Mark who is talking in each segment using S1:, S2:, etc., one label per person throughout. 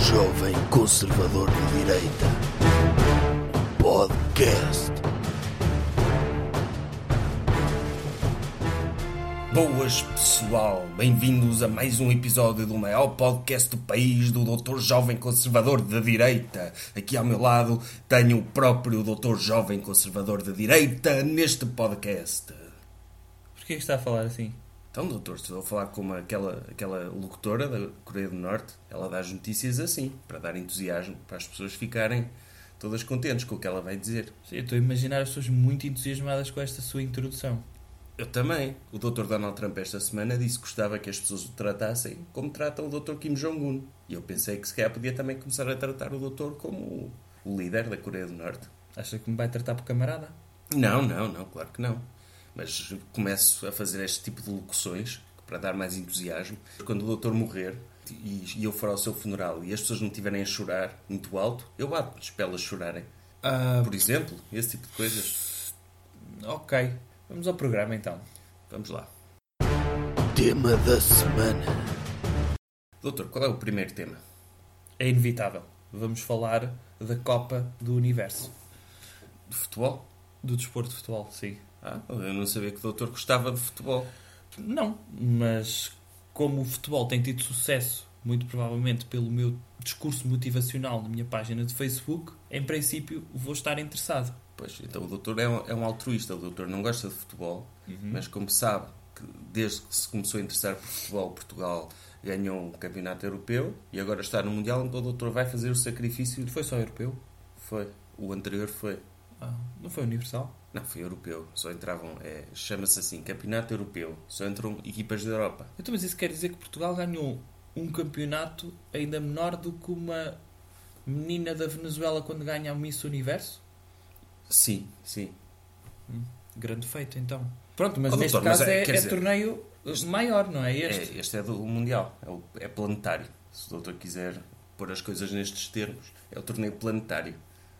S1: Jovem Conservador de Direita. Podcast.
S2: Boas pessoal, bem-vindos a mais um episódio do maior podcast do país do Doutor Jovem Conservador de Direita. Aqui ao meu lado tenho o próprio Doutor Jovem Conservador de Direita neste podcast.
S3: Porquê que está a falar assim?
S2: Então, doutor, estou a falar com uma- aquela, aquela locutora da Coreia do Norte, ela dá as notícias assim, para dar entusiasmo, para as pessoas ficarem todas contentes com o que ela vai dizer.
S3: Sim, eu estou a imaginar as pessoas muito entusiasmadas com esta sua introdução.
S2: Eu também. O Dr. Donald Trump esta semana disse que gostava que as pessoas o tratassem como tratam o Dr. Kim Jong-un. E eu pensei que se calhar podia também começar a tratar o Dr. como o líder da Coreia do Norte.
S3: Acha que me vai tratar por camarada?
S2: Não, não, não, claro que não. Mas começo a fazer este tipo de locuções para dar mais entusiasmo. Quando o doutor morrer e e eu for ao seu funeral e as pessoas não estiverem a chorar muito alto, eu bato-lhes para elas chorarem. Por exemplo, esse tipo de coisas.
S3: Ok. Vamos ao programa então.
S2: Vamos lá.
S1: Tema da semana.
S2: Doutor, qual é o primeiro tema?
S3: É inevitável. Vamos falar da Copa do Universo.
S2: De futebol?
S3: Do desporto de futebol, sim.
S2: Ah, eu não sabia que o doutor gostava de futebol.
S3: Não, mas como o futebol tem tido sucesso, muito provavelmente pelo meu discurso motivacional na minha página de Facebook, em princípio vou estar interessado.
S2: Pois, então o doutor é um, é um altruísta, o doutor não gosta de futebol,
S3: Uhum.
S2: mas como sabe que desde que se começou a interessar por futebol, Portugal ganhou um campeonato europeu e agora está no Mundial, então o doutor vai fazer o sacrifício.
S3: Foi só europeu?
S2: Foi, o anterior foi.
S3: Ah, não foi universal?
S2: Não, foi europeu, só entravam, é, chama-se assim, campeonato europeu, só entram equipas da Europa.
S3: Então, mas isso quer dizer que Portugal ganhou um campeonato ainda menor do que uma menina da Venezuela quando ganha a Miss Universo?
S2: Sim, sim.
S3: Grande feito, então. Pronto, mas
S2: Oh,
S3: neste
S2: doutor, mas
S3: caso
S2: é-
S3: é,
S2: quer
S3: é
S2: dizer-
S3: torneio maior, não é este?
S2: É, este é do Mundial, é, o- é planetário. Se o doutor quiser pôr as coisas nestes termos, é o torneio planetário.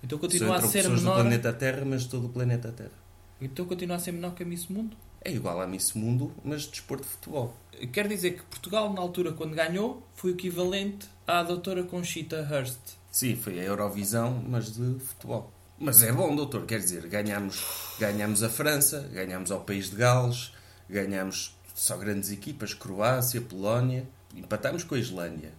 S3: Então
S2: Só
S3: continua a
S2: entram
S3: ser
S2: pessoas do
S3: menor.
S2: planeta Terra, mas todo o planeta Terra.
S3: Então continua a ser menor que a Miss Mundo.
S2: É igual à Miss Mundo, mas desporto de futebol.
S3: Quer dizer que Portugal, na altura, quando ganhou, foi o equivalente à doutora Conchita Hurst.
S2: Sim, foi a Eurovisão, mas de futebol. Mas é bom, doutor, quer dizer, ganhámos, ganhámos a França, ganhámos ao País de Gales, ganhámos só grandes equipas, Croácia, Polónia, empatámos com a Islândia,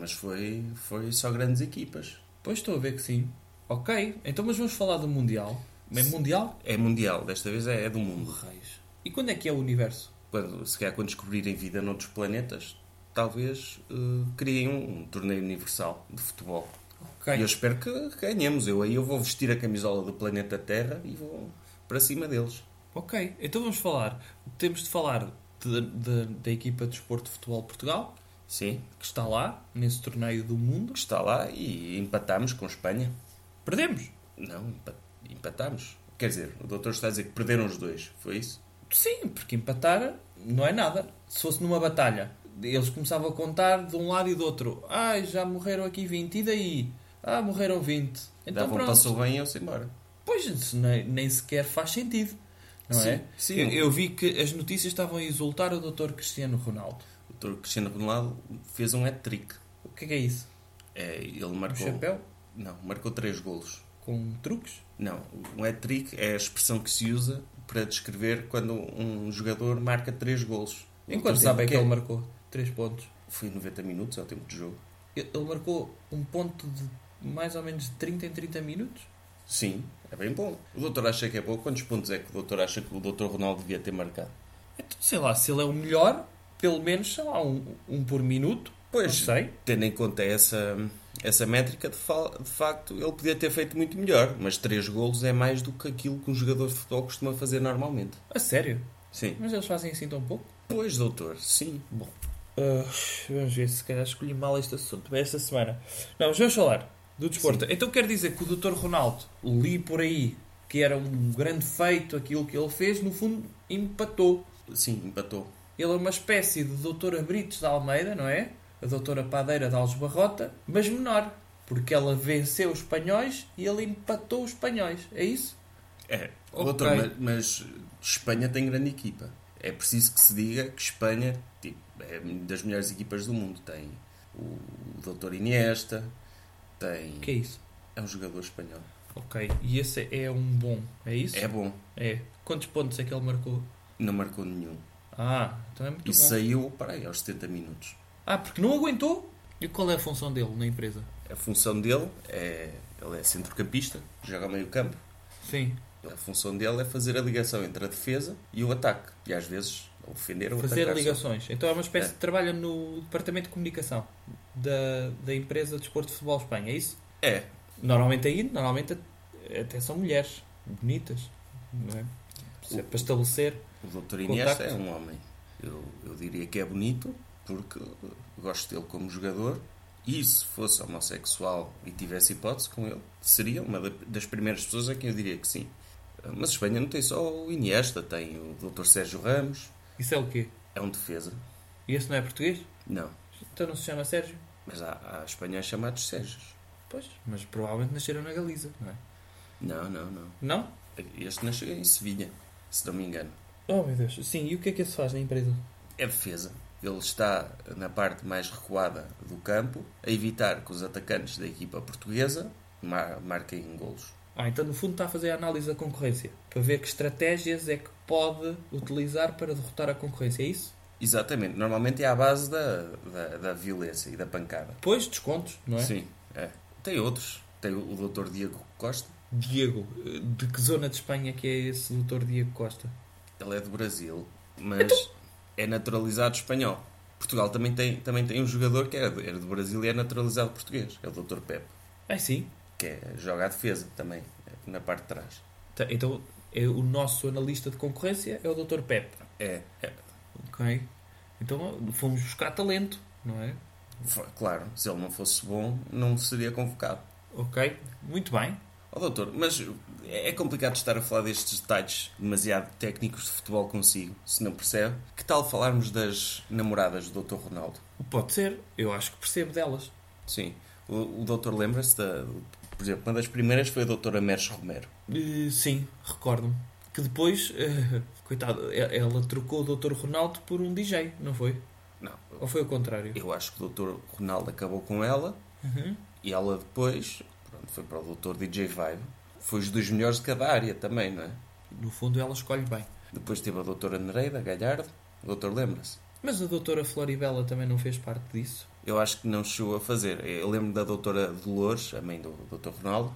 S2: mas foi, foi só grandes equipas.
S3: Pois estou a ver que sim. Ok, então mas vamos falar do Mundial. É Mundial?
S2: É mundial, desta vez é, é do mundo.
S3: Raios. E quando é que é o Universo?
S2: Quando, se calhar quando descobrirem vida noutros planetas, talvez eh, criem um, um torneio universal de futebol.
S3: Ok.
S2: E eu espero que ganhemos. Eu aí eu vou vestir a camisola do planeta Terra e vou para cima deles.
S3: Ok, então vamos falar. Temos de falar de- de- da equipa de desporto de futebol de Portugal,
S2: Sim.
S3: que está lá, nesse torneio do mundo.
S2: Que está lá e empatámos com a Espanha.
S3: Perdemos?
S2: Não, empa- empatámos. Quer dizer, o doutor está a dizer que perderam os dois. Foi isso?
S3: Sim, porque empatar não é nada. Se fosse numa batalha, eles começavam a contar de um lado e do outro. Ai, já morreram aqui 20, e daí? Ah, morreram 20. Então
S2: Davam, um
S3: pronto.
S2: passou bem e eu-se embora.
S3: Pois, isso nem, nem sequer faz sentido. Não
S2: Sim,
S3: é?
S2: sim.
S3: Eu, eu vi que as notícias estavam a exultar o Dr. Cristiano Ronaldo.
S2: O doutor Cristiano Ronaldo fez um hat-trick.
S3: O que é que é isso?
S2: É, ele
S3: Um
S2: marcou...
S3: chapéu?
S2: Não, marcou três golos.
S3: Com truques?
S2: Não, um hat-trick é a expressão que se usa para descrever quando um jogador marca três golos. O doutor
S3: Enquanto sabe é que
S2: é-
S3: ele marcou 3 pontos.
S2: Foi 90 minutos ao tempo de jogo.
S3: Ele ele marcou um ponto de mais ou menos de 30 em 30 minutos.
S2: Sim, é bem bom. O doutor acha que é bom. Quantos pontos é que o doutor acha que o doutor Ronaldo devia ter marcado?
S3: Então, sei lá, se ele é o melhor, pelo menos, sei lá, um, um por minuto.
S2: Pois.
S3: Não sei.
S2: Tendo em conta essa, essa métrica, de, fa- de facto, ele podia ter feito muito melhor. Mas três golos é mais do que aquilo que um jogador de futebol costuma fazer normalmente.
S3: A sério?
S2: Sim.
S3: Mas eles fazem assim tão pouco?
S2: Pois, doutor, sim. Bom,
S3: Ah, vamos ver, se calhar escolhi mal este assunto. Bem, esta semana. Não, mas vamos falar do desporto. Então quer dizer que o Dr. Ronaldo, li por aí que era um grande feito aquilo que ele fez, no fundo empatou.
S2: sim, empatou.
S3: Ele é uma espécie de doutora Brites da Almeida, não é? A doutora Padeira da Alves Barrota, mas menor. Porque ela venceu os espanhóis e ele empatou os espanhóis. É isso?
S2: É,
S3: Ok.
S2: doutor, ma- mas, Espanha tem grande equipa. É preciso que se diga que Espanha tipo, é das melhores equipas do mundo. Tem o Dr. Iniesta, tem.
S3: O que é isso?
S2: É um jogador espanhol.
S3: Ok, e esse é um bom, é isso?
S2: É bom,
S3: É. Quantos pontos é que ele marcou?
S2: não marcou nenhum.
S3: Ah, então é muito
S2: E
S3: bom.
S2: saiu, peraí, aos 70 minutos.
S3: Ah, porque não aguentou? E qual é a função dele na empresa?
S2: A função dele é. Ele é centrocampista, joga ao meio campo.
S3: Sim.
S2: A função dele é fazer a ligação entre a defesa e o ataque. E às vezes, ou defender ou
S3: Fazer
S2: atacar.
S3: ligações. Então é uma espécie
S2: É.
S3: de trabalho no departamento de comunicação da, da empresa de Desporto de Futebol Espanha, é isso?
S2: É,
S3: Normalmente aí, normalmente é- até são mulheres bonitas, não é? Se é para estabelecer.
S2: O Dr. Iniesta
S3: Contacto.
S2: é um homem. Eu, eu diria que é bonito porque gosto dele como jogador. E se fosse homossexual e tivesse hipótese com ele, seria uma da- das primeiras pessoas a quem eu diria que sim. Mas a Espanha não tem só o Iniesta, tem o Dr. Sérgio Ramos,
S3: Isso é o quê?
S2: é um defesa.
S3: E esse não é português?
S2: Não,
S3: Então não se chama Sérgio?
S2: mas há, há espanhóis chamados Sérgios.
S3: Pois, mas provavelmente nasceram na Galiza, não é?
S2: Não, não, não.
S3: Não?
S2: Este nasceu em Sevilha, se não me engano.
S3: Oh meu Deus, sim, e o que é que isso faz na empresa?
S2: É defesa. Ele está na parte mais recuada do campo a evitar que os atacantes da equipa portuguesa mar- marquem golos.
S3: Ah, então no fundo está a fazer a análise da concorrência, para ver que estratégias é que pode utilizar para derrotar a concorrência, é isso?
S2: Exatamente. Normalmente é à base da, da, da violência e da pancada.
S3: Depois descontos, não é?
S2: Sim. é. Tem outros. Tem o o Dr. Diego Costa.
S3: Diego, de que zona de Espanha que é esse doutor Diego Costa?
S2: Ele é do Brasil, mas é naturalizado espanhol. Portugal também tem, também tem um jogador que era do, era do Brasil e é naturalizado português. É o Dr. Pepe,
S3: Ah, sim.
S2: que é, joga à defesa também, na parte de trás.
S3: Tá, Então, é o nosso analista de concorrência é o Dr. Pepe.
S2: É, é,
S3: Ok. Então, fomos buscar talento, não é?
S2: Foi, Claro, se ele não fosse bom, não seria convocado.
S3: Ok. Muito bem.
S2: Ó doutor, mas é complicado estar a falar destes detalhes demasiado técnicos de futebol consigo, se não percebe. Que tal falarmos das namoradas do doutor Ronaldo?
S3: Pode ser. Eu acho que percebo delas.
S2: Sim, o, o doutor lembra-se da... Por exemplo, uma das primeiras foi a doutora Meres Romero.
S3: Eh, sim, recordo-me. Que depois, eh, coitado, e- ela trocou o Dr. Ronaldo por um DJ, não foi?
S2: Não,
S3: Ou foi o contrário?
S2: eu acho que o doutor Ronaldo acabou com ela
S3: Uhum.
S2: e ela depois pronto, foi para o doutor DJ Vibe. Foi os dois melhores de cada área também, não é?
S3: No fundo, ela escolhe bem.
S2: Depois teve a doutora Nereida Galhardo. O doutor lembra-se?
S3: Mas a doutora Floribela também não fez parte disso?
S2: Eu acho que não chegou a fazer. Eu lembro da doutora Dolores, a mãe do Dr. Ronaldo,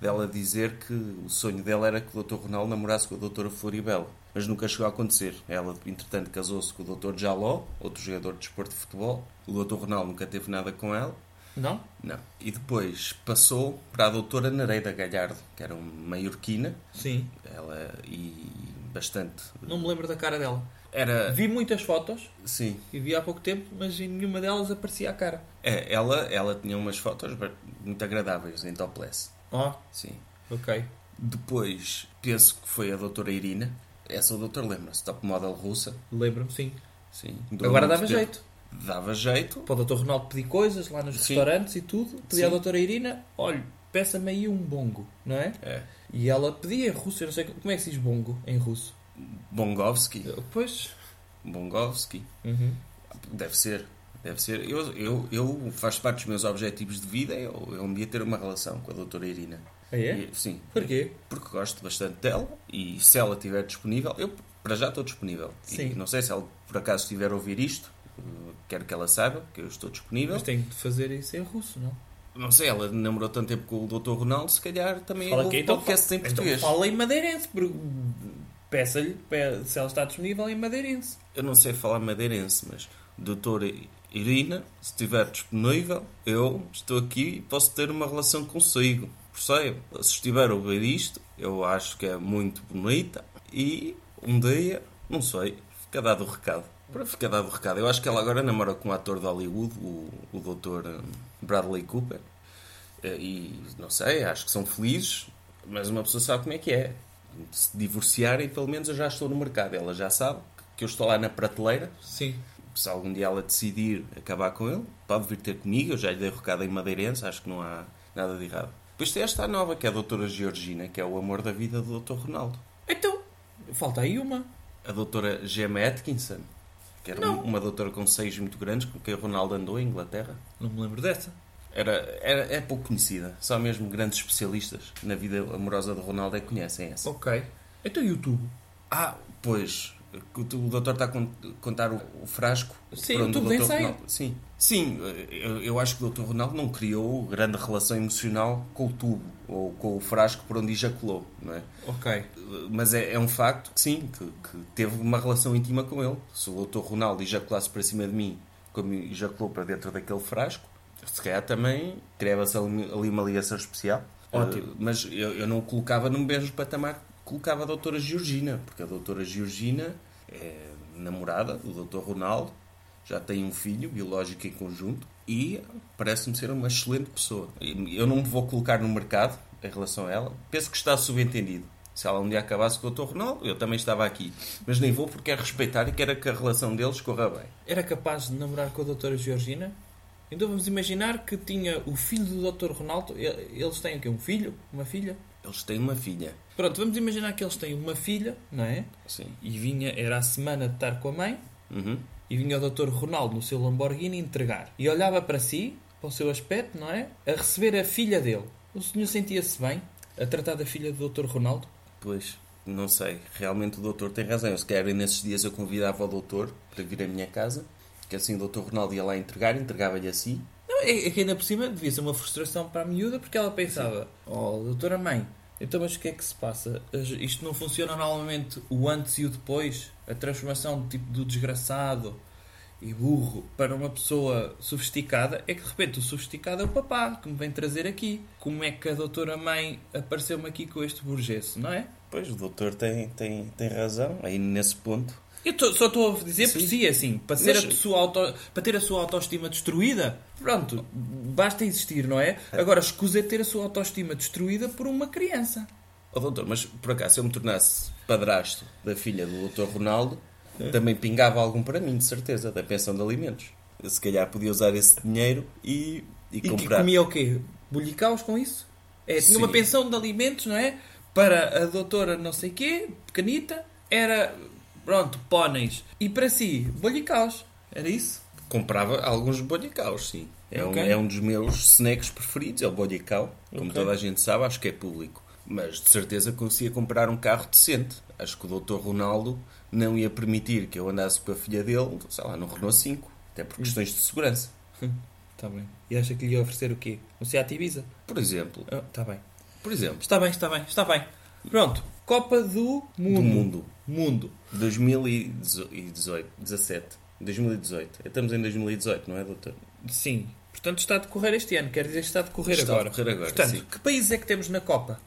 S2: dela dizer que o sonho dela era que o Dr. Ronaldo namorasse com a doutora Floribela. Mas nunca chegou a acontecer. Ela, entretanto, casou-se com o Dr. Jaló, outro jogador de desporto de futebol. O Dr. Ronaldo nunca teve nada com ela.
S3: Não?
S2: Não. E depois passou para a doutora Nereida Galhardo, que era uma maiorquina.
S3: Sim.
S2: Ela e bastante...
S3: Não me lembro da cara dela.
S2: Era...
S3: Vi muitas fotos
S2: Sim.
S3: e vi há pouco tempo, mas em nenhuma delas aparecia a cara.
S2: É, ela, ela tinha umas fotos muito agradáveis em topless.
S3: Ah,
S2: Sim.
S3: ok.
S2: Depois, penso que foi a doutora Irina. Essa o doutor lembra-se, top model russa.
S3: Lembro-me, sim.
S2: Sim.
S3: Agora
S2: Durou
S3: dava
S2: muito tempo.
S3: jeito.
S2: Dava jeito.
S3: Para o Dr. Ronaldo pedir coisas lá nos
S2: Sim.
S3: restaurantes e tudo. Pedia à
S2: Sim.
S3: Doutora Irina, olha, peça-me aí um bongo, não é?
S2: É.
S3: E ela pedia em russo, eu não sei como é que se diz bongo em russo.
S2: Bongovski.
S3: Eu, Pois.
S2: Bongovski.
S3: Uhum.
S2: Deve ser. Deve ser. Eu, eu, eu faz parte dos meus objetivos de vida é eu, eu um dia ter uma relação com a doutora Irina.
S3: Aí é?
S2: E- sim.
S3: Porquê?
S2: Porque gosto bastante dela e se ela estiver disponível, eu para já estou disponível.
S3: Sim.
S2: E não sei se ela por acaso estiver a ouvir isto, eh, quero que ela saiba que eu estou disponível.
S3: Mas tenho de fazer isso em russo, não?
S2: Não sei, ela namorou tanto tempo com o Dr. Ronaldo, se calhar também
S3: Fala
S2: houve
S3: aqui, então
S2: podcasts em português.
S3: Então fala em madeirense. porque Peça-lhe, pe- se ela está disponível, em madeirense.
S2: Eu não sei falar madeirense, mas doutora Irina, se estiver disponível, eu estou aqui e posso ter uma relação consigo. Percebe? Se estiver a ouvir isto, eu acho que é muito bonita e um dia, não sei, fica dado o recado. Para ficar dado o recado, eu acho que ela agora namora com um ator de Hollywood, o, o doutor hum, Bradley Cooper. Eh, E não sei, acho que são felizes, mas uma pessoa sabe como é que é. Se divorciarem, pelo menos eu já estou no mercado. Ela já sabe que eu estou lá na prateleira.
S3: Sim.
S2: Se algum dia ela decidir acabar com ele, pode vir ter comigo. Eu já lhe dei recado em madeirense, acho que não há nada de errado. Depois tem esta nova, que é a doutora Georgina, que é o amor da vida do doutor Ronaldo.
S3: Então, falta aí uma.
S2: A doutora Gemma Atkinson. Que era um- uma doutora com seios muito grandes com quem o Ronaldo andou em Inglaterra.
S3: Não me lembro dessa.
S2: Era, era, é pouco conhecida. Só mesmo grandes especialistas na vida amorosa do Ronaldo é que conhecem essa.
S3: Ok. Então YouTube.
S2: Ah, pois. que O o doutor está a con- contar o, o frasco.
S3: Sim,
S2: para
S3: o
S2: onde
S3: tubo de
S2: Dr.
S3: ensaio.
S2: Ronaldo- Sim, sim eu, eu acho que o doutor Ronaldo não criou grande relação emocional com o tubo ou com o frasco por onde ejaculou, não é?
S3: Ok.
S2: Mas é, é um facto que sim, que, que teve uma relação íntima com ele. Se o doutor Ronaldo ejaculasse para cima de mim, como ejaculou para dentro daquele frasco, se calhar também criava-se ali ali uma ligação especial.
S3: Ótimo.
S2: Eh, mas eu, eu não o colocava no mesmo patamar que colocava a doutora Georgina, porque a doutora Georgina é namorada do doutor Ronaldo, já tem um filho biológico em conjunto e parece-me ser uma excelente pessoa. E Eu não me vou colocar no mercado em relação a ela. Penso que está subentendido. Se ela um dia acabasse com o Dr. Ronaldo, eu também estava aqui. Mas nem vou porque é respeitar e quero que a relação deles corra bem.
S3: Era capaz de namorar com a doutora Georgina? Então vamos imaginar que tinha o filho do doutor Ronaldo. E- Eles têm o quê? Um filho? Uma filha?
S2: Eles têm uma filha.
S3: Pronto, vamos imaginar que eles têm uma filha, não é?
S2: Sim.
S3: E vinha, era a semana de estar com a mãe,
S2: Uhum.
S3: e vinha o doutor Ronaldo no seu Lamborghini entregar. E olhava para si, para o seu aspecto, não é? A receber a filha dele. O senhor sentia-se bem a tratar da filha do doutor Ronaldo?
S2: Pois, não sei. Realmente o doutor tem razão. Eu, se calhar nesses dias eu convidava o doutor para vir à minha casa, que assim o doutor Ronaldo ia lá entregar, entregava-lhe a si.
S3: Não, é, é que ainda por cima devia ser uma frustração para a miúda porque ela pensava: Oh, doutora mãe, então mas o que é que se passa? As- Isto não funciona normalmente o antes e o depois? A transformação do tipo do desgraçado e burro para uma pessoa sofisticada é que de repente o sofisticado é o papá que me vem trazer aqui. Como é que a doutora mãe apareceu-me aqui com este burgesso, não é?
S2: Pois, o doutor tem, tem, tem razão aí nesse ponto.
S3: Eu tô- só estou a dizer por
S2: Sim.
S3: si, assim, para, ser
S2: Mas-
S3: a sua auto- para ter a sua autoestima destruída, pronto, basta existir, não é? Agora, escusa é ter a sua autoestima destruída por uma criança.
S2: Ó doutor, mas por acaso se eu me tornasse padrasto da filha do doutor Ronaldo, também pingava algum para mim, de certeza, da pensão de alimentos. Eu, se calhar podia usar esse dinheiro e, e,
S3: E que
S2: comprar.
S3: comia o quê? Bolhicaus com isso? É, tinha
S2: Sim.
S3: uma pensão de alimentos, não é? Para a doutora não sei quê, pequenita, era, pronto, póneis. E para si, bolhicaus. Era isso?
S2: Comprava alguns bolhicaus, sim. É,
S3: Ok.
S2: um, é um dos meus snacks preferidos, é o bolhicau. Como
S3: Ok.
S2: toda a gente sabe, acho que é público. Mas de certeza conseguia comprar um carro decente. Acho que o doutor Ronaldo não ia permitir que eu andasse com a filha dele, sei lá, num Renault 5. Até
S3: Hum.
S2: por questões de segurança.
S3: Está Tá bem. E acha que lhe ia oferecer o quê? Um Seat Ibiza?
S2: Por exemplo.
S3: Ah, Está bem.
S2: Por exemplo.
S3: Está bem, está bem, está bem. Pronto, Copa do Mundo.
S2: Do mundo.
S3: Mundo.
S2: 2018, 17. 2018. Estamos em 2018, não é, doutor?
S3: Sim. Portanto, está a decorrer este ano. Quer dizer, está a decorrer
S2: Está a
S3: agora.
S2: decorrer agora,
S3: Portanto,
S2: sim.
S3: que países é que temos na Copa?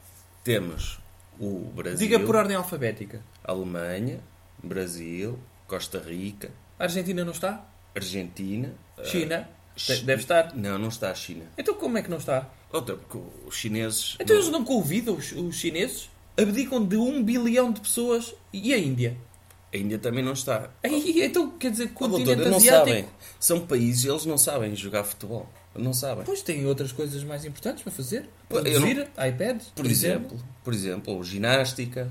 S2: Temos o Brasil,
S3: Diga por ordem alfabética.
S2: Alemanha, Brasil, Costa Rica,
S3: A Argentina não está?
S2: Argentina.
S3: China?
S2: Eh, Chi-
S3: Deve estar.
S2: Não, não está a China.
S3: Então como é que não está?
S2: Doutor, porque os chineses.
S3: Então
S2: não-
S3: eles não convidam os, os chineses? Abdicam de um bilhão de pessoas e a Índia?
S2: A Índia também não está.
S3: Aí, então quer dizer,
S2: Oh,
S3: continente
S2: doutor, eles não
S3: asiático...
S2: sabem. São países, eles não sabem jogar futebol. Não sabem.
S3: Pois têm outras coisas mais importantes para fazer?
S2: Pô, eu
S3: Produzir iPads,
S2: Por exemplo, por exemplo, ou ginástica.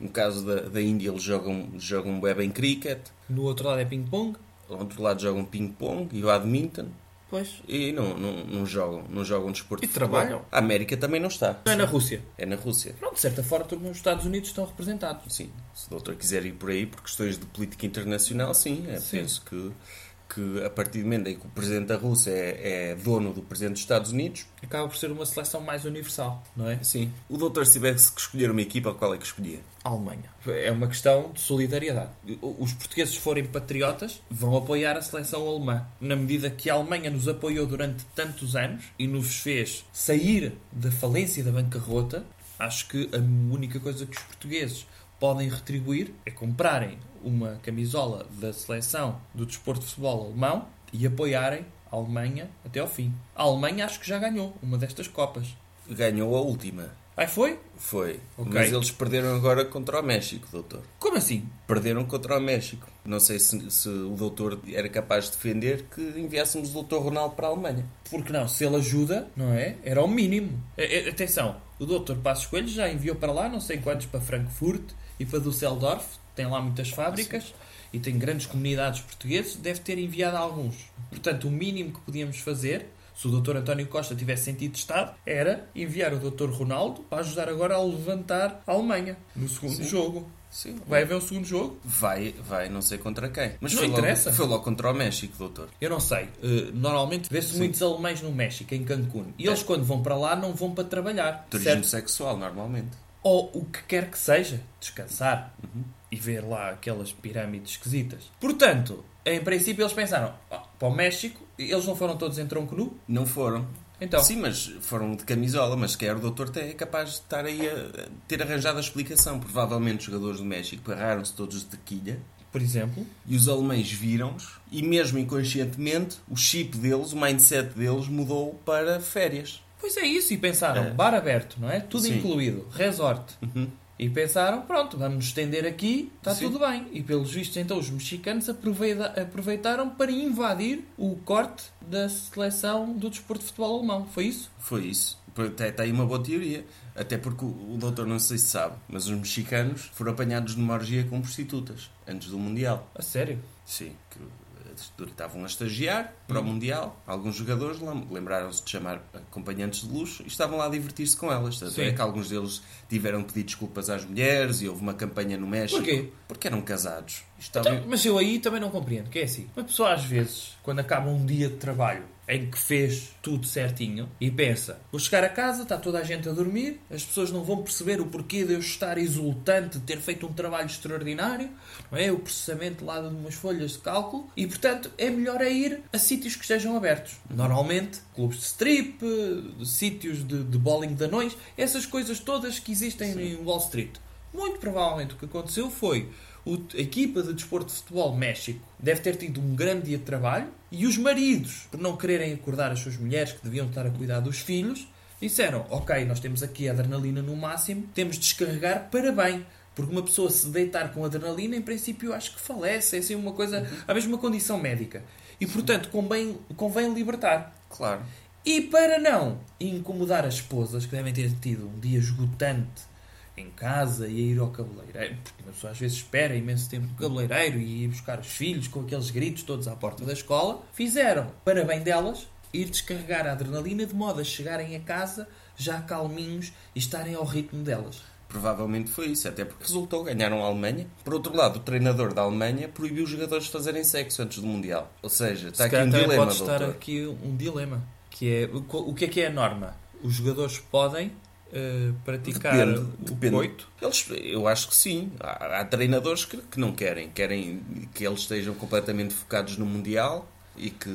S2: No caso da, da Índia, eles jogam, jogam bem bem cricket.
S3: No outro lado é ping-pong.
S2: Ao outro lado jogam ping-pong e badminton
S3: Pois.
S2: e não, não, não jogam, não jogam desporto.
S3: E
S2: de futebol.
S3: trabalham.
S2: A América também não está.
S3: Não é na Rússia.
S2: É na Rússia.
S3: Pronto, de certa forma, todos os Estados Unidos estão representados.
S2: Sim. Se o doutor quiser ir por aí por questões de política internacional, sim. É,
S3: Sim.
S2: Penso que, que a partir do momento em que o presidente da Rússia é, é dono do presidente dos Estados Unidos,
S3: Acaba por ser uma seleção mais universal, não é?
S2: sim. O doutor, se tivesse que escolher uma equipa, qual é que escolhia?
S3: A Alemanha. É uma questão de solidariedade. O- Os portugueses, se forem patriotas, vão apoiar a seleção alemã. Na medida que a Alemanha nos apoiou durante tantos anos e nos fez sair da falência e da bancarrota, acho que a única coisa que os portugueses podem retribuir é comprarem uma camisola da seleção do desporto de futebol alemão e apoiarem a Alemanha até ao fim. A Alemanha acho que já ganhou uma destas Copas.
S2: Ganhou a última.
S3: Aí foi?
S2: Foi.
S3: Ok.
S2: Mas eles perderam agora contra o México, doutor.
S3: Como assim?
S2: Perderam contra o México. Não sei se, se o doutor era capaz de defender que enviássemos o doutor Ronaldo para a Alemanha.
S3: Porque não, se ele ajuda, não é? Era o mínimo. É, é, atenção, o Dr. Passos Coelho já enviou para lá não sei quantos para Frankfurt e para Düsseldorf, tem lá muitas fábricas, e tem grandes comunidades portugueses, deve ter enviado alguns. Portanto, o mínimo que podíamos fazer, se o Dr. António Costa tivesse sentido Estado, era enviar o Dr. Ronaldo para ajudar agora a levantar a Alemanha no segundo
S2: Sim.
S3: jogo.
S2: Sim.
S3: Vai haver um segundo jogo?
S2: Vai, vai, não sei contra quem. Mas
S3: Não
S2: foi,
S3: interessa.
S2: Logo, foi logo contra o México, doutor.
S3: Eu não sei. Eh, normalmente vê-se muitos alemães no México, em Cancún. E eles, quando vão para lá, não vão para trabalhar.
S2: Turismo
S3: certo?
S2: sexual, normalmente.
S3: ou o que quer que seja, descansar e ver lá aquelas pirâmides esquisitas. Portanto, em princípio eles pensaram, "Ah, para o México, eles não foram todos em tronco nu,
S2: Não foram.
S3: então
S2: Sim, mas foram de camisola, mas quer o doutor até é capaz de estar aí a a ter arranjado a explicação. Provavelmente os jogadores do México agarraram-se todos de quilha
S3: por exemplo,
S2: e os alemães viram-os e mesmo inconscientemente o chip deles, o mindset deles mudou para férias.
S3: pois é isso, e pensaram,
S2: É.
S3: bar aberto, não é? Tudo
S2: Sim. Uhum.
S3: incluído, resort. E pensaram, pronto, vamos nos estender aqui, está
S2: Sim.
S3: tudo bem. E pelos vistos, então, os mexicanos aproveita- aproveitaram para invadir o corte da seleção do desporto de futebol alemão. Foi isso?
S2: Foi isso. Até tem uma boa teoria. Até porque o o doutor não sei se sabe, mas os mexicanos foram apanhados numa orgia com prostitutas antes do Mundial.
S3: A sério?
S2: Sim, que eh, estavam a estagiar para
S3: Uhum.
S2: o Mundial. Alguns jogadores lem- lembraram-se de chamar acompanhantes de luxo e estavam lá a divertir-se com elas. Tanto é
S3: Sim.
S2: que alguns deles tiveram que pedir desculpas às mulheres e houve uma campanha no México.
S3: Porquê?
S2: Porque eram casados. Isto
S3: Então,
S2: obvi-
S3: mas eu aí também não compreendo, que é assim. Uma pessoa às vezes, quando acaba um dia de trabalho em que fez tudo certinho e pensa, vou chegar a casa, está toda a gente a dormir, as pessoas não vão perceber o porquê de eu estar exultante de ter feito um trabalho extraordinário, não é? O processamento lá de umas folhas de cálculo e, portanto, é melhor é ir a sítios que estejam abertos. Normalmente, clubes de strip, eh, sítios de, de bowling de anões, essas coisas todas que existem em Wall Street. Muito provavelmente o que aconteceu foi o- a equipa de desporto de futebol México deve ter tido um grande dia de trabalho e os maridos, por não quererem acordar as suas mulheres que deviam estar a cuidar dos filhos, disseram: Ok, nós temos aqui a adrenalina no máximo, temos de descarregar para bem. Porque uma pessoa se deitar com adrenalina, em princípio, eu acho que falece. É assim uma coisa, a mesma condição médica. E portanto, convém, convém libertar.
S2: Claro.
S3: E para não incomodar as esposas, que devem ter tido um dia esgotante em casa e a ir ao cabeleireiro, porque uma pessoa às vezes espera imenso tempo no cabeleireiro e ir buscar os filhos com aqueles gritos todos à porta da escola, fizeram, para bem delas, ir descarregar a adrenalina de modo a chegarem a casa já calminhos e estarem ao ritmo delas.
S2: Provavelmente foi isso, até porque resultou, ganharam a Alemanha. Por outro lado, o treinador da Alemanha proibiu os jogadores de fazerem sexo antes do Mundial. Ou seja, está aqui
S3: Se
S2: um
S3: calhar também
S2: dilema,
S3: pode estar
S2: doutor.
S3: aqui um dilema, que é o co- o que é que é a norma? Os jogadores podem eh, praticar
S2: Depende,
S3: o
S2: depende.
S3: coito?
S2: Eles, eu acho que sim. Há, há treinadores que, que não querem. Querem que eles estejam completamente focados no Mundial e que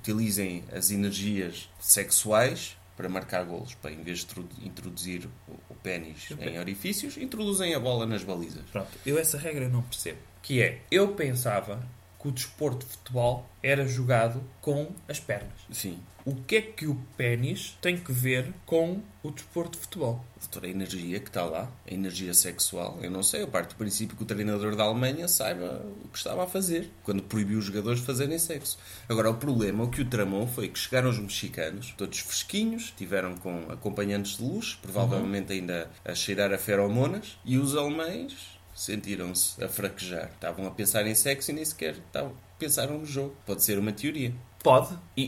S2: utilizem as energias sexuais para marcar golos. Para, em vez de tru- introduzir o, o pênis em orifícios, introduzem a bola nas balizas.
S3: Pronto, eu essa regra não percebo. Que é, eu pensava que o desporto de futebol era jogado com as pernas.
S2: Sim.
S3: O que é que o pênis tem que ver com o desporto de futebol?
S2: Doutor, a energia que está lá, a energia sexual, eu não sei, eu parto do princípio que o treinador da Alemanha saiba o que estava a fazer, quando proibiu os jogadores de fazerem sexo. Agora, o problema, o que o tramou foi que chegaram os mexicanos, todos fresquinhos, tiveram com acompanhantes de luz, provavelmente ainda a cheirar a feromonas, e os alemães sentiram-se a fraquejar. Estavam a pensar em sexo e nem sequer estavam, pensaram no jogo. Pode ser uma teoria.
S3: Pode. E,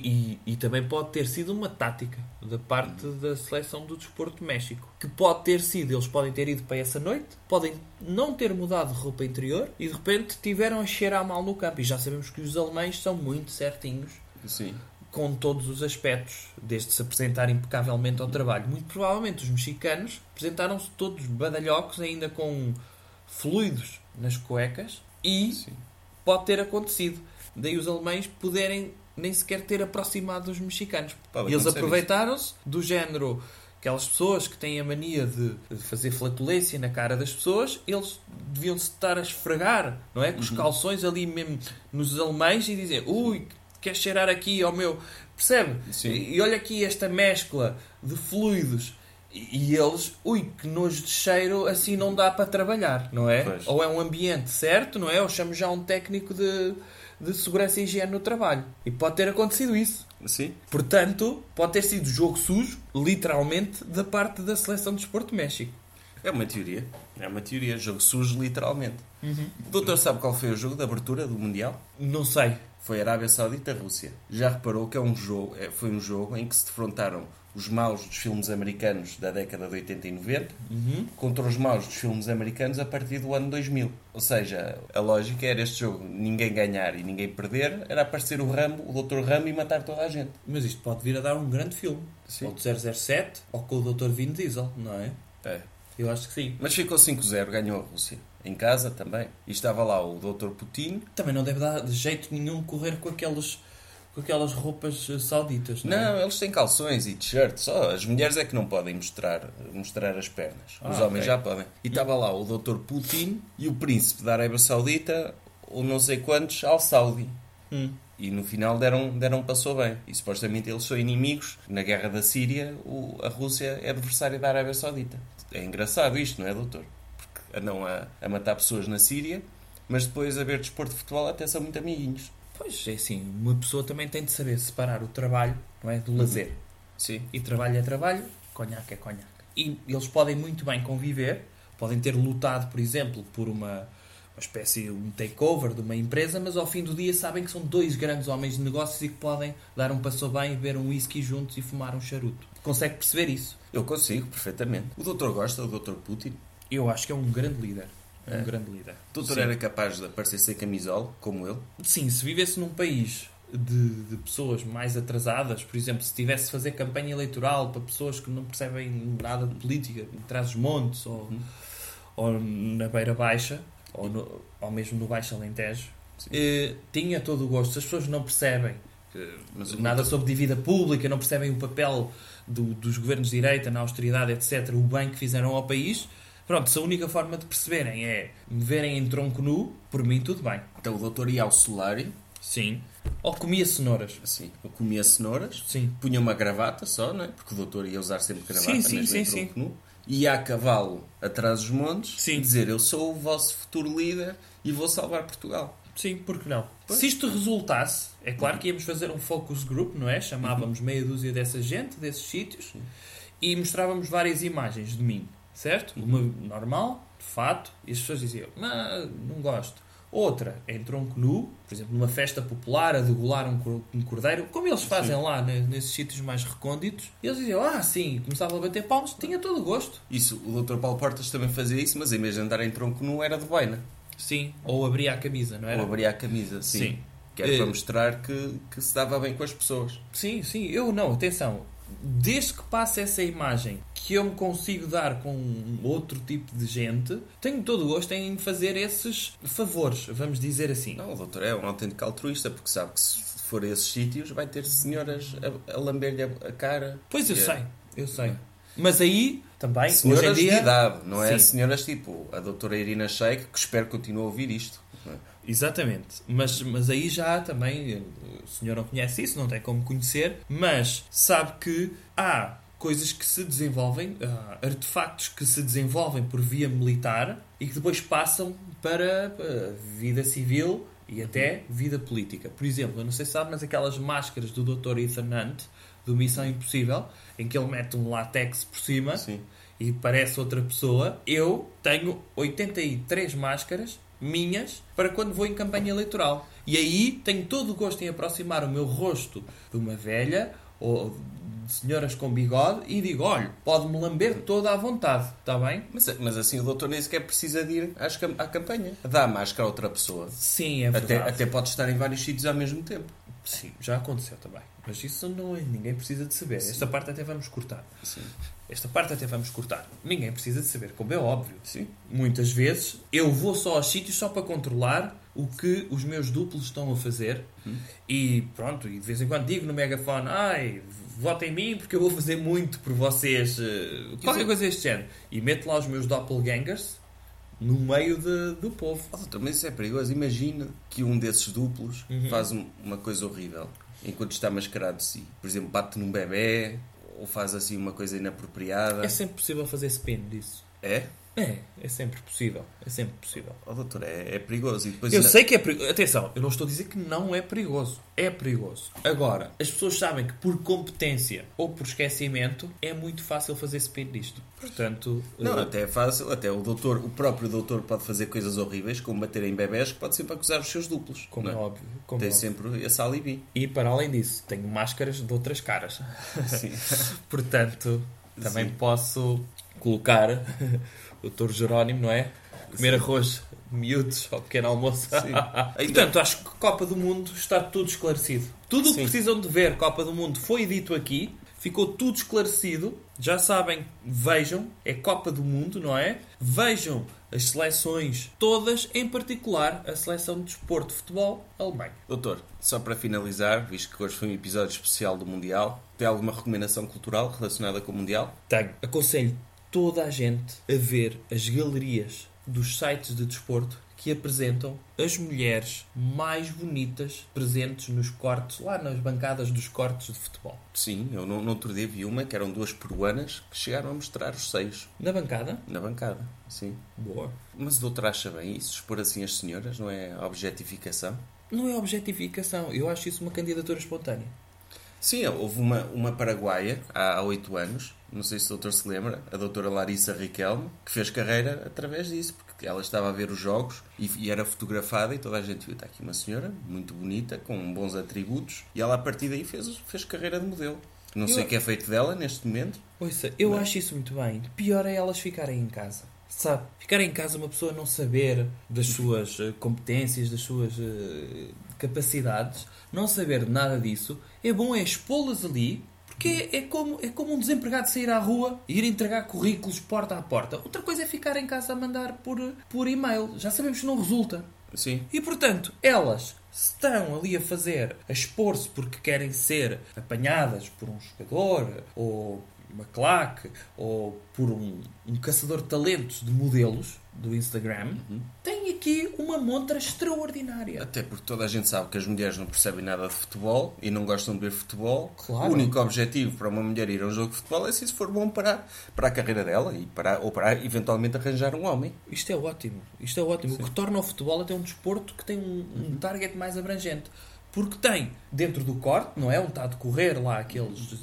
S3: e- e também pode ter sido uma tática da parte da seleção do desporto de México. Que pode ter sido, eles podem ter ido para essa noite, podem não ter mudado de roupa interior e de repente tiveram a cheirar mal no campo. E já sabemos que os alemães são muito certinhos
S2: Sim.
S3: com todos os aspectos, desde se apresentar impecavelmente ao trabalho. Muito provavelmente os mexicanos apresentaram-se todos badalhocos, ainda com fluidos nas cuecas, e
S2: Sim.
S3: pode ter acontecido. Daí os alemães poderem nem sequer ter aproximado dos mexicanos.
S2: Pode
S3: E eles
S2: acontecer
S3: aproveitaram-se do género. Aquelas pessoas que têm a mania de de fazer flatulência na cara das pessoas, eles deviam se estar a esfregar, não é? Com os calções ali mesmo nos alemães e dizer: ui, quer cheirar aqui ao meu. Percebe?
S2: Sim.
S3: E olha aqui esta mescla de fluidos. E e eles, ui, que nojo de cheiro, assim não dá para trabalhar, não é?
S2: Pois.
S3: Ou é um ambiente certo, não é? Ou chamo já um técnico de, de segurança e higiene no trabalho. E pode ter acontecido isso.
S2: Sim?
S3: Portanto, pode ter sido jogo sujo, literalmente, da parte da seleção de desporto de México.
S2: É uma teoria. É uma teoria. O jogo surge literalmente. O doutor sabe qual foi o jogo de abertura do Mundial?
S3: Não sei.
S2: Foi Arábia Saudita e Rússia. Já reparou que é um jogo, é- foi um jogo em que se defrontaram os maus dos filmes americanos da década de 80 e 90 contra os maus dos filmes americanos a partir do ano 2000. Ou seja, a lógica era este jogo ninguém ganhar e ninguém perder, era aparecer o Rambo, o Dr. Rambo e matar toda a gente.
S3: Mas isto pode vir a dar um grande filme.
S2: Sim.
S3: Ou de 007 ou com o Dr. Vin Diesel, não é? Eu acho que sim.
S2: Mas ficou 5-0, ganhou a Rússia. Em casa também. E estava lá o Dr. Putin.
S3: Também não deve dar de jeito nenhum correr com aqueles com aquelas roupas eh, sauditas, não, é?
S2: Não, eles têm calções e t-shirts. Só as mulheres é que não podem mostrar, mostrar as pernas. Os
S3: Ah,
S2: homens
S3: ok.
S2: já podem. E estava lá o Dr. Putin e o príncipe da Arábia Saudita, ou não sei quantos, Al Saudi.
S3: Hum.
S2: E no final deram, deram passou bem. E supostamente eles são inimigos. Na guerra da Síria, o- a Rússia é adversária da Arábia Saudita. É engraçado isto, não é, doutor? Porque andam a, a matar pessoas na Síria, mas depois a ver desporto de futebol até são muito amiguinhos.
S3: Pois é assim, uma pessoa também tem de saber separar o trabalho não é, do lazer.
S2: Sim.
S3: E trabalho é trabalho, conhaque é conhaque. E eles podem muito bem conviver, podem ter lutado, por exemplo, por uma, uma espécie, um takeover de uma empresa, mas ao fim do dia sabem que são dois grandes homens de negócios e que podem dar um passo bem, beber um whisky juntos e fumar um charuto. Consegue perceber isso?
S2: Eu consigo, perfeitamente. O doutor gosta do doutor Putin.
S3: Eu acho que é um grande líder. É um grande líder.
S2: O doutor
S3: Sim.
S2: era capaz de aparecer sem camisola, como ele.
S3: Sim, se vivesse num país de, de pessoas mais atrasadas, por exemplo, se tivesse de fazer campanha eleitoral para pessoas que não percebem nada de política, traz os montes ou, ou na Beira Baixa, ou, no- ou mesmo no Baixo Alentejo, eh, tinha todo o gosto. Se as pessoas não percebem
S2: Mas o
S3: nada sobre dívida pública, não percebem o papel do- dos governos de direita na austeridade, etc., o bem que fizeram ao país, pronto, se a única forma de perceberem é me verem em tronco nu, por mim tudo bem.
S2: Então o doutor ia ao solário,
S3: Sim. Ou comia cenouras.
S2: assim, eu comia cenouras,
S3: Sim.
S2: punha uma gravata só, não é? Porque o doutor ia usar sempre gravata,
S3: Sim, sim,
S2: mesmo em
S3: sim,
S2: tronco nu. Ia a cavalo atrás dos montes
S3: Sim.
S2: e dizer eu sou o vosso futuro líder e vou salvar Portugal.
S3: Sim, porque não? Se isto resultasse, é claro que íamos fazer um focus group, não é? Chamávamos meia dúzia dessa gente, desses sítios, e mostrávamos várias imagens de mim, certo? Uma normal, de fato, e as pessoas diziam, não, não gosto. Outra, é em tronco nu, por exemplo, numa festa popular, a degolar um cor- um cordeiro, como eles fazem lá ne- nesses sítios mais recônditos, e eles diziam, ah, sim, começava a bater palmas, tinha todo o gosto.
S2: Isso, o doutor Paulo Portas também fazia isso, mas em vez de andar em tronco nu era de boina.
S3: Sim, ou abria a camisa, não era?
S2: Ou abria a camisa, sim.
S3: Sim.
S2: Que era
S3: Eh.
S2: para mostrar que, que se dava bem com as pessoas.
S3: Sim, sim, eu não, atenção. Desde que passe essa imagem que eu me consigo dar com outro tipo de gente, tenho todo o gosto em fazer esses favores, vamos dizer assim.
S2: Não, o doutor é um autêntico altruísta, porque sabe que se for a esses sítios vai ter senhoras a, a lamber-lhe a, a cara.
S3: Pois eu
S2: É.
S3: sei, eu sei. Mas aí também, hoje em
S2: Senhoras de
S3: dia.
S2: idade, não é?
S3: Sim.
S2: Senhoras tipo a doutora Irina Sheik, que espero que continue a ouvir isto. não é?
S3: Exatamente. Mas, mas aí já há também. O senhor não conhece isso, não tem como conhecer, mas sabe que há coisas que se desenvolvem, há artefactos que se desenvolvem por via militar e que depois passam para eh, vida civil e até vida política. Por exemplo, eu não sei se sabe, mas aquelas máscaras do Dr. Ethan Hunt, do Missão Impossível, em que ele mete um látex por cima
S2: Sim.
S3: e parece outra pessoa, eu tenho 83 máscaras minhas para quando vou em campanha eleitoral. E aí tenho todo o gosto em aproximar o meu rosto de uma velha ou de senhoras com bigode e digo: olha, pode-me lamber toda à vontade, está bem?
S2: Mas, mas assim, o doutor nem sequer precisa de ir às cam- à campanha. Dá a máscara a outra pessoa.
S3: Sim, é
S2: Até,
S3: verdade.
S2: até pode estar em vários sítios ao mesmo tempo.
S3: Sim, já aconteceu também. Mas isso não é, ninguém precisa de saber. Esta parte até vamos cortar.
S2: Sim.
S3: Esta parte até vamos cortar. Ninguém precisa de saber, como é óbvio.
S2: Sim.
S3: Muitas vezes eu vou só aos sítios só para controlar o que os meus duplos estão a fazer e pronto, e de vez em quando digo no megafone, ai, votem em mim porque eu vou fazer muito por vocês, eh, qualquer coisa deste género. E meto lá os meus doppelgangers no meio de- do povo.
S2: Oh, doutor, mas isso é perigoso. Imagina que um desses duplos
S3: Uhum.
S2: faz um- uma coisa horrível enquanto está mascarado de si. Por exemplo, bate num bebê ou faz assim uma coisa inapropriada.
S3: É sempre possível fazer spin disso.
S2: É?
S3: É, é sempre possível. É sempre possível.
S2: Oh, doutor, é, é perigoso. E depois
S3: Eu
S2: ainda-
S3: sei que é perigoso. Atenção, eu não estou a dizer que não é perigoso. É perigoso. Agora, as pessoas sabem que por competência ou por esquecimento é muito fácil fazer spin disto. Portanto,
S2: Não,
S3: eh,
S2: até é fácil, até o doutor, o próprio doutor pode fazer coisas horríveis, como bater em bebés, que pode sempre acusar os seus duplos.
S3: como
S2: não é?
S3: é óbvio. como é
S2: Tem
S3: óbvio.
S2: sempre esse alibi.
S3: E para além disso, tenho máscaras de outras caras.
S2: Sim.
S3: Portanto, também
S2: Sim.
S3: posso colocar o Dr. Jerónimo, não é? Comer arroz de miúdos ao pequeno almoço. Portanto, acho que Copa do Mundo está tudo esclarecido. Tudo o que
S2: Sim.
S3: precisam de ver Copa do Mundo foi dito aqui. Ficou tudo esclarecido. Já sabem, vejam, é Copa do Mundo, não é? Vejam as seleções todas, em particular a seleção de desporto de futebol Alemanha.
S2: Doutor, só para finalizar, visto que hoje foi um episódio especial do Mundial, tem alguma recomendação cultural relacionada com o Mundial?
S3: Tenho. Aconselho toda a gente a ver as galerias dos sites de desporto que apresentam as mulheres mais bonitas presentes nos cortes, lá nas bancadas dos cortes de futebol.
S2: Sim, eu no, no outro dia vi uma que eram duas peruanas que chegaram a mostrar os seios
S3: Na bancada?
S2: na bancada. Sim.
S3: Boa.
S2: Mas o doutor acha bem isso? Expor assim as senhoras, não é objetificação?
S3: Não é objetificação, eu acho isso uma candidatura espontânea.
S2: Sim, houve uma, uma paraguaia há há oito anos, não sei se o doutor se lembra, a doutora Larissa Riquelme, que fez carreira através disso, porque ela estava a ver os jogos e, e era fotografada e toda a gente viu, está aqui uma senhora muito bonita, com bons atributos, e ela a partir daí fez, fez carreira de modelo. Não sei o que é feito dela neste momento.
S3: Ouça, eu acho isso muito bem. Pior é elas ficarem em casa. Sabe, ficar em casa uma pessoa não saber das suas eh, competências, das suas eh, capacidades, não saber nada disso, é bom é expô-las ali, porque é, é como, é como um desempregado sair à rua e ir entregar currículos porta a porta. Outra coisa é ficar em casa a mandar por, por e-mail. Já sabemos que não resulta.
S2: Sim.
S3: E portanto, elas estão ali a fazer, a expor-se porque querem ser apanhadas por um jogador, ou uma claque, ou por um, um caçador de talentos de modelos do Instagram, têm aqui uma montra extraordinária.
S2: Até porque toda a gente sabe que as mulheres não percebem nada de futebol e não gostam de ver futebol.
S3: Claro.
S2: O único objetivo para uma mulher ir a um jogo de futebol é se isso for bom para, para a carreira dela e para, ou para eventualmente arranjar um homem.
S3: Isto é ótimo, isto é ótimo. O que torna o futebol até um desporto que tem um, um target mais abrangente. Porque tem dentro do corte, não é? Onde está a decorrer lá aqueles eh,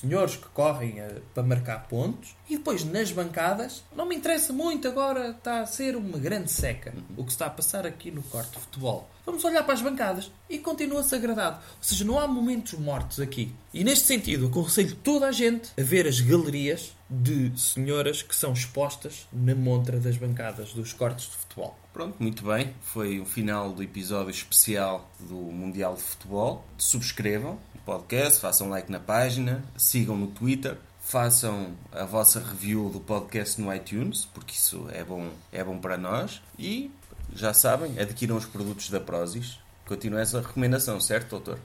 S3: senhores que correm eh, para marcar pontos. E depois nas bancadas, não me interessa muito agora, está a ser um uma grande seca o que se está a passar aqui no corte de futebol. Vamos olhar para as bancadas e continua-se agradado. Ou seja, não há momentos mortos aqui. E neste sentido, aconselho toda a gente a ver as galerias de senhoras que são expostas na montra das bancadas dos cortes de futebol.
S2: Pronto, muito bem. Foi o final do episódio especial do Mundial de Futebol. Subscrevam o podcast, façam like na página, sigam no Twitter, façam a vossa review do podcast no iTunes, porque isso é bom, é bom para nós. E já sabem, adquiram os produtos da Prozis. Continua essa recomendação, certo, doutor?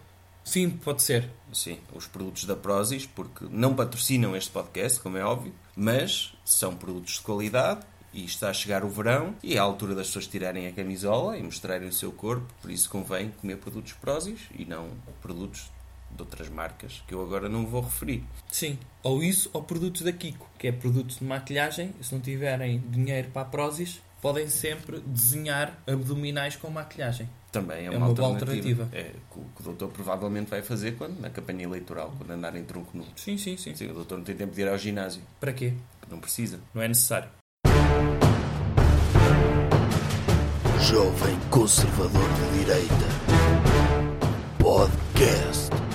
S3: Sim, pode ser.
S2: Sim, os produtos da Prozis, porque não patrocinam este podcast, como é óbvio, mas são produtos de qualidade e está a chegar o verão e é a altura das pessoas tirarem a camisola e mostrarem o seu corpo, por isso convém comer produtos Prozis e não produtos de outras marcas que eu agora não vou referir.
S3: Sim. Ou isso, ou produtos da Kiko, que é produtos de maquilhagem. Se não tiverem dinheiro para a Prozis, podem sempre desenhar abdominais com maquilhagem.
S2: Também é uma,
S3: uma boa
S2: alternativa.
S3: alternativa.
S2: É, que o que o doutor provavelmente vai fazer quando na campanha eleitoral, quando andar um em tronco nu.
S3: Sim, sim, sim.
S2: Sim, o doutor não tem tempo de ir ao ginásio,
S3: Para quê?
S2: não precisa.
S3: Não é necessário.
S1: Jovem Conservador de Direita. Podcast.